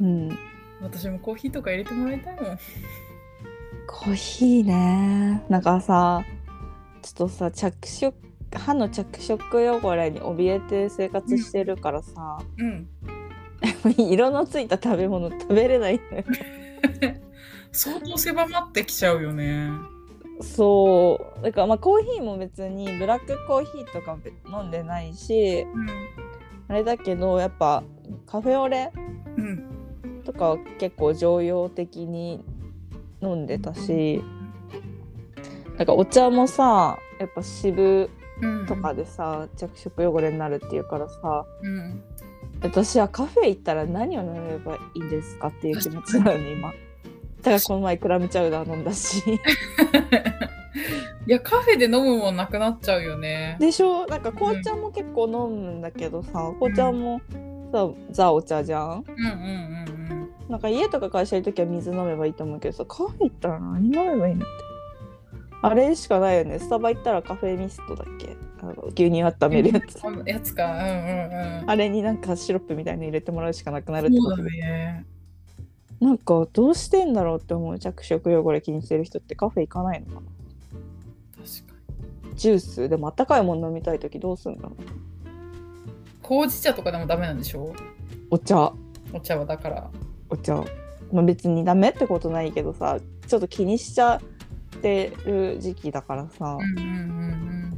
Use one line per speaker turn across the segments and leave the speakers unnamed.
うん。
私もコーヒーとか入れてもらいたいもん。
コーヒーね。なんかさ、ちょっとさ、着色、歯の着色汚れに怯えて生活してるからさ、
うん。
色のついた食べ物食べれないのよ。
相当狭まってきちゃうよね。
そう。だからまあコーヒーも別にブラックコーヒーとかべ飲んでないし、
う
あれだけどやっぱカフェオレ
ん。うん。
とかは結構常用的に飲んでたし、なんかお茶もさ、やっぱ渋
うん。
とかでさ、着色汚れになるっていうからさ、
うん。
私はカフェ行ったら何を飲めばいいんですかっていう気持ちなのね今だからこの前クラムチャウダー飲んだし
いや、カフェで飲むもんなくなっちゃうよね。
でしょなんか紅茶も結構飲むんだけどさ紅茶もさザお茶じゃん
うんうんうんうん。
なんか家とか会社いる時は水飲めばいいと思うけどさカフェ行ったら何飲めばいいのってあれしかないよねスタバ行ったらカフェミストだっけあの牛乳温めるやつ
あのやつか。うんうん
あれになんかシロップみたいに入れてもらうしかなくなるっ
うん。
て
そ
こ
う
と
だ
で
ね。
なんかどうしてんだろうって思う着色汚れ気にしてる人ってカフェ行かないのかな
確かに。
ジュースでもあったかいもの飲みたい時どうすんだろう
ほうじ茶とかでもダメなんでしょ
お茶
お茶はだから。
お茶まあ別にダメってことないけどさちょっと気にしちゃってる時期だからさ、
うんうんうん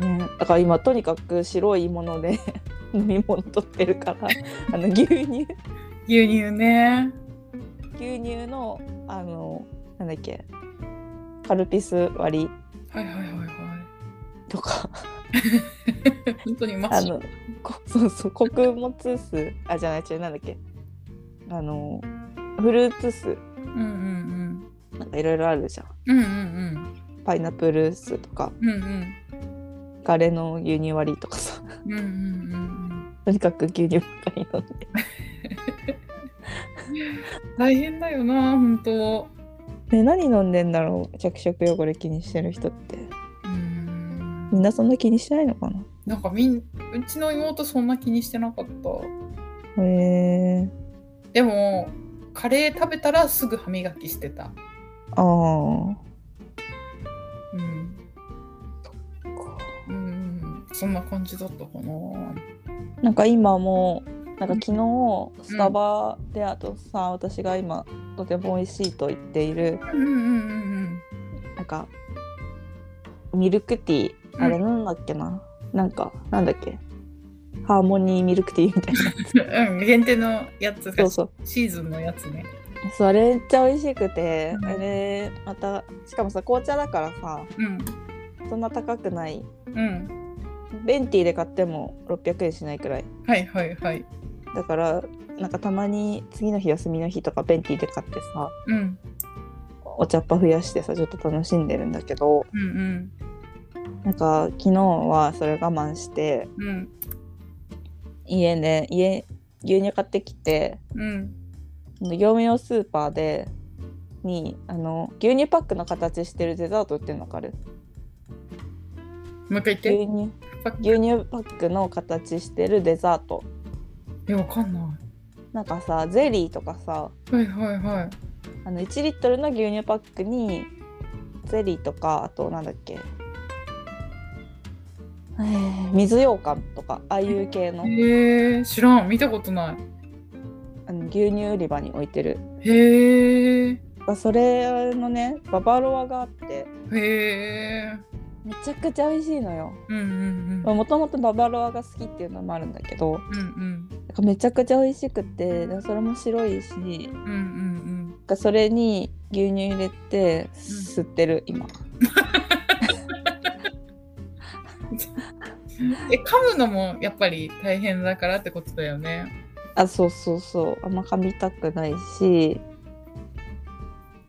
ね、だから今とにかく白いもので 飲み物取ってるからあの牛乳
うん。牛乳ね。
牛乳のあのなんだっけカルピス割り
はいはいはいはい。
とか
本当にうま
あ
そう
のこ そうそう穀物酢あじゃない違うなんだっけあのフルーツ酢
うんうん
なんかいろいろあるじゃん
うん。うんうん
パイナップル酢とか
うん。うんうん。
ガレの牛乳割りとかさ
うんうんうん
とにかく牛乳ばっかり飲んで
うん。大変だよな、本当。
ね何飲んでんだろう着色汚れ気にしてる人って
うん
みんなそんな気にしないのかな
なんかみん、うちの妹そんな気にしてなかった。
へえ
でも、カレー食べたらすぐ歯磨きしてた。
ああ
うん。うんうんうん。そんな感じだったかな。
なんか今もなんか昨日スタバで、あとさ私が今とても美味しいと言っている
うんうんうん
なんかミルクティーあれなんだっけな、なんかなんだっけハーモニーミルクティーみたいな
うん。うん、限定のやつ
そ
が
うそう
シーズンのやつね。
それめっちゃ美味しくて
うん
あれまたしかもさ紅茶だからさ
うん。
そんな高くない
うん。
ベンティーで買っても600円しないくらい
はいはいはい。
だからなんかたまに次の日休みの日とかベンティーで買ってさ
うん。
お茶っ葉増やしてさちょっと楽しんでるんだけど
うん
なんか昨日はそれ我慢して
うん。うん。
家で家牛乳買ってきて
うん。
あの業務用スーパーでにあの牛乳パックの形してるデザート売ってるの分かる
もう一回言って。
牛乳
パック
牛乳パックの形してるデザート
え、わかんな
なんかさゼリーとかさ
い。はいはいはい。
あの1リットルの牛乳パックにゼリーとかあとなんだっけえー水羊羹とかああいう系の
へえ、知らん。見たことな
あの牛乳売り場に置いてる
い。へえ。
あそれのねババロアがあって
へえ。
めちゃくちゃ美味しいのよ
うんうんうん。
もともとババロアが好きっていうのもあるんだけど
うん
なんかめちゃくちゃ美味しくてでそれも白いしな
うん。うんうん
んかそれに牛乳入れて吸ってる今
うん。え、噛むのもやっぱり大変だからってことだよね。
あそうそうそうあんま噛みたくないし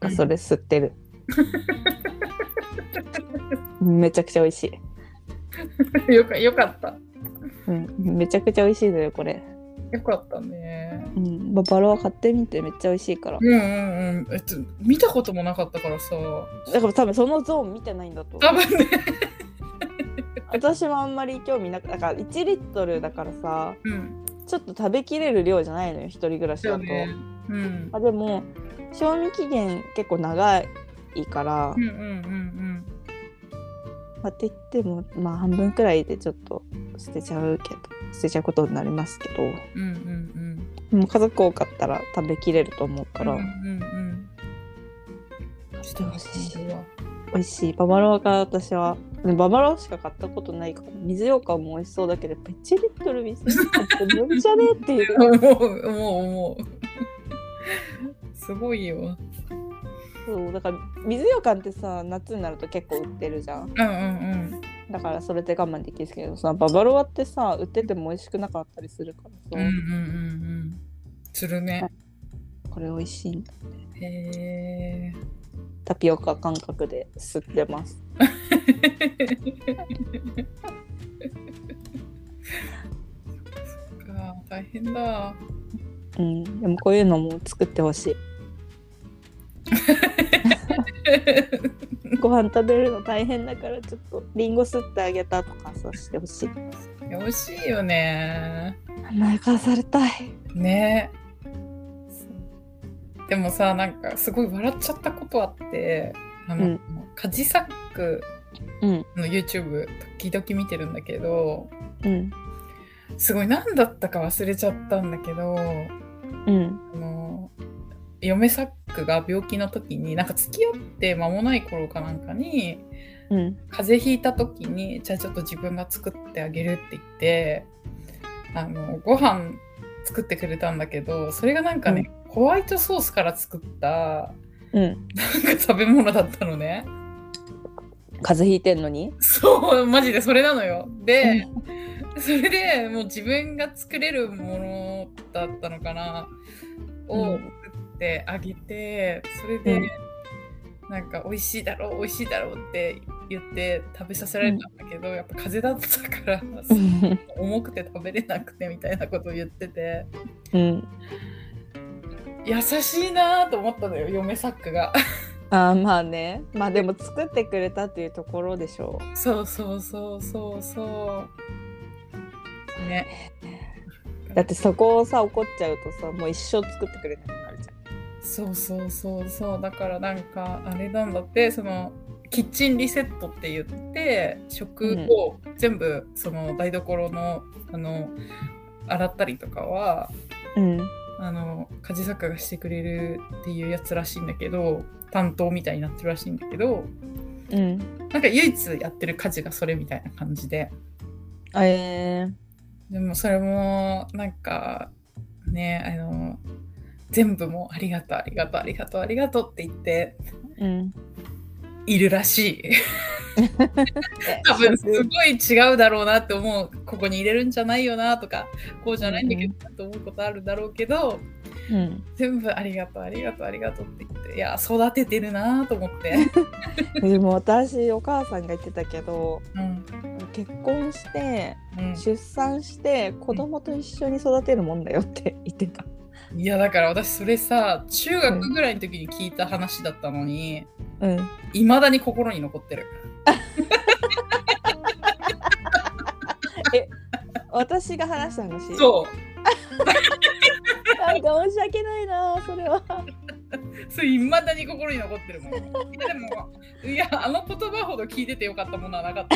あそれ吸 ってるめちゃくちゃ美味しい、
よかよかった。
うん、めちゃくちゃ美味しいのよこれ、
よかったね。
うん、ババロア買ってみてめっちゃ美味しいから
うんうんうん。えっと、見たこともなかったからさ。
だから多分そのゾーン見てないんだと思
多
う
分ね。
私はあんまり興味なくだから1リットルだからさ
うん。
ちちょっと食べきれる量じゃないのよ一人暮らし
そう
だ
よ
と。
ねうん
あでも賞味期限結構長いから
うんう、んうん
まあ、って言ってもまあ半分くらいでちょっと捨てちゃうけど捨てちゃうことになりますけど
うんうんうん
でも家族多かったら食べきれると思うから、
うんうんうんちょっと欲 しいわ
美味しいババロアが私は、ね、ババロアしか買ったことないから水ようかんも美味しそうだけどやっぱ1リットル水ようかんってむっちゃねっていう
思う思う思う すごいよ
そうだから水ようかんってさ夏になると結構売ってるじゃ
う
ん
んうん
だからそれで我慢できるんですけどさババロアってさ売ってても美味しくなかったりするから
うんう
さ、
んうんうんうんするね
これ美味しいんだ
へえ
タピオカ感覚で吸ってます
そっか大変だ
うんでもこういうのも作ってほしいご飯食べるの大変だからちょっとリンゴ吸ってあげたとかさしてほしい
いや美味しいよね
甘やかされたい
ねそうでもさなんかすごい笑っちゃったことあってあの、
うん
カジサック
うん
の YouTube 時々見てるんだけど
うん
すごい何だったか忘れちゃったんだけど
うん
あの嫁サックが病気の時になんか付き合って間もない頃かなんかに
うん
風邪ひいた時にじゃあちょっと自分が作ってあげるって言ってあのご飯作ってくれたんだけどそれがなんかね、ホワイトソースから作った
うん
なんか食べ物だったのね
風邪ひいてんのに
そうマジでそれなのよで、それでもう自分が作れるものだったのかな
う
を作
ん
ってあげてそれで、
うん
なんか美味しいだろう美味しいだろうって言って食べさせられたんだけど、やっぱ風邪だったから
うん
重くて食べれなくてみたいなことを言ってて
うん
優しいなと思ったのよ嫁サックが
あーまあねまあでも作ってくれたっていうところでしょ
そうそうそうそうそうね
うだってそこをさ怒っちゃうとさもう一生作ってくれなくなるじゃん
そうそうそうそうだからなんかあれなんだってそのキッチンリセットって言って食を全部その台所のあの洗ったりとかは
うん
あの家事作家がしてくれるっていうやつらしいんだけど担当みたいになってるらしいんだけど
うん
なんか唯一やってる家事がそれみたいな感じで
え
でもそれもなんかねあの全部もうありがとうありがとうありがとうありがとうって言って
ー、うん
いるらしい
え
多分すごい違うだろうなって思うここに入れるんじゃないよなとかこうじゃないんだけどなと思うことあるだろうけど
うん
全部ありがとうありがとうありがとうって言っていや育ててるなと思って、
でも私お母さんが言ってたけど
うん
結婚して
う
出産して子供と一緒に育てるもんだよって言ってた。
ん、いやだから私それさ中学ぐらいの時に聞いた話だったのに。
うん、
いまだに心に残ってる。
私が話した話
そ
なんか申し訳ないなそれは。
う、それいまだに心に残ってるもん。いやでも、いや、あの言葉ほど聞いててよかったものはなかっ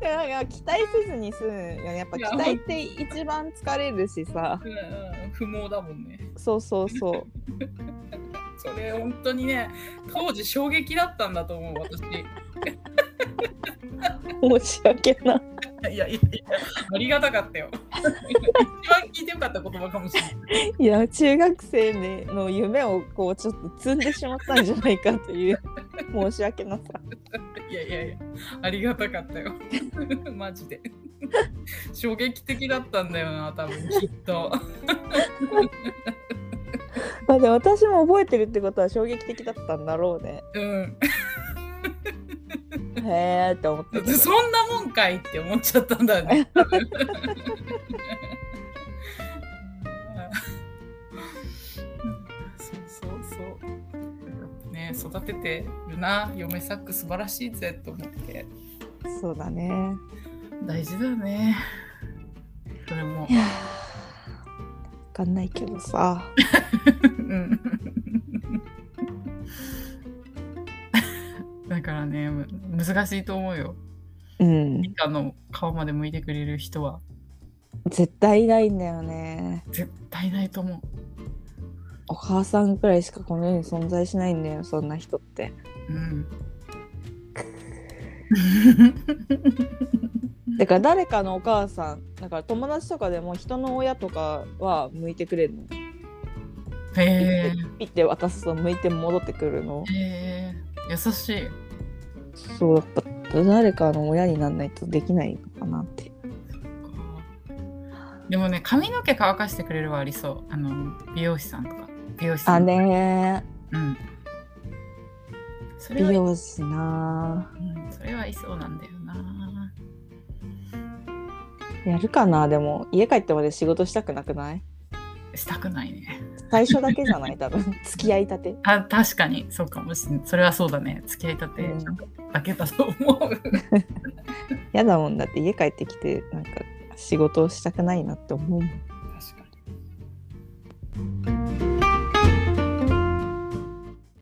たよ。
なんか期待せずに済むよねやっぱ期待って一番疲れるしさ
うんうん不毛だもんね。
そうそうそう
それ本当にね、当時衝撃だったんだと思う、私。
申し訳ない。
いやいやいや、ありがたかったよ。一番聞いてよかった言葉かもしれない。
いや中学生の夢をこうちょっと積んでしまったんじゃないかという申し訳なさ。
いやいやいや、ありがたかったよ。 マジで。衝撃的だったんだよな、多分きっと。
まあでも私も覚えてるってことは衝撃的だったんだろうね。
うん。
へーって思ったけど。
そんなもんかいって思っちゃったんだね。 多分そうそうそう。ね育ててるな嫁サック素晴らしいぜと思って
そうだね。
大事だね。それ も
い。やーわかんないけどさ
うんだからね、む難しいと思うよ。
うん
リカの顔まで向いてくれる人は
絶対いないんだよね
絶対ないと思う。
お母さんくらいしかこの世に存在しないんだよそんな人って
うん。
だから誰かのお母さんだから友達とかでも人の親とかは向いてくれるの
へえ
ピッて渡すと向いて戻ってくるの
へえ優しい。
そうやっぱ誰かの親になんないとできないのかなって
でもね髪の毛乾かしてくれるはありそうあの美容師さんとか美容師さ
あ
ん
ね
うんそ
ー
れは
美、容師な
うん、それはいそうなんだよな
ーやるかなでも家帰ってまで仕事したくなくない
したくないね
最初だけじゃない多分付き合いたて
あ確かにそうかもしれないそれはそうだね付き合いたて
うん
だけだと思う
嫌だもんだって家帰ってきてなんか仕事をしたくないなって思うもん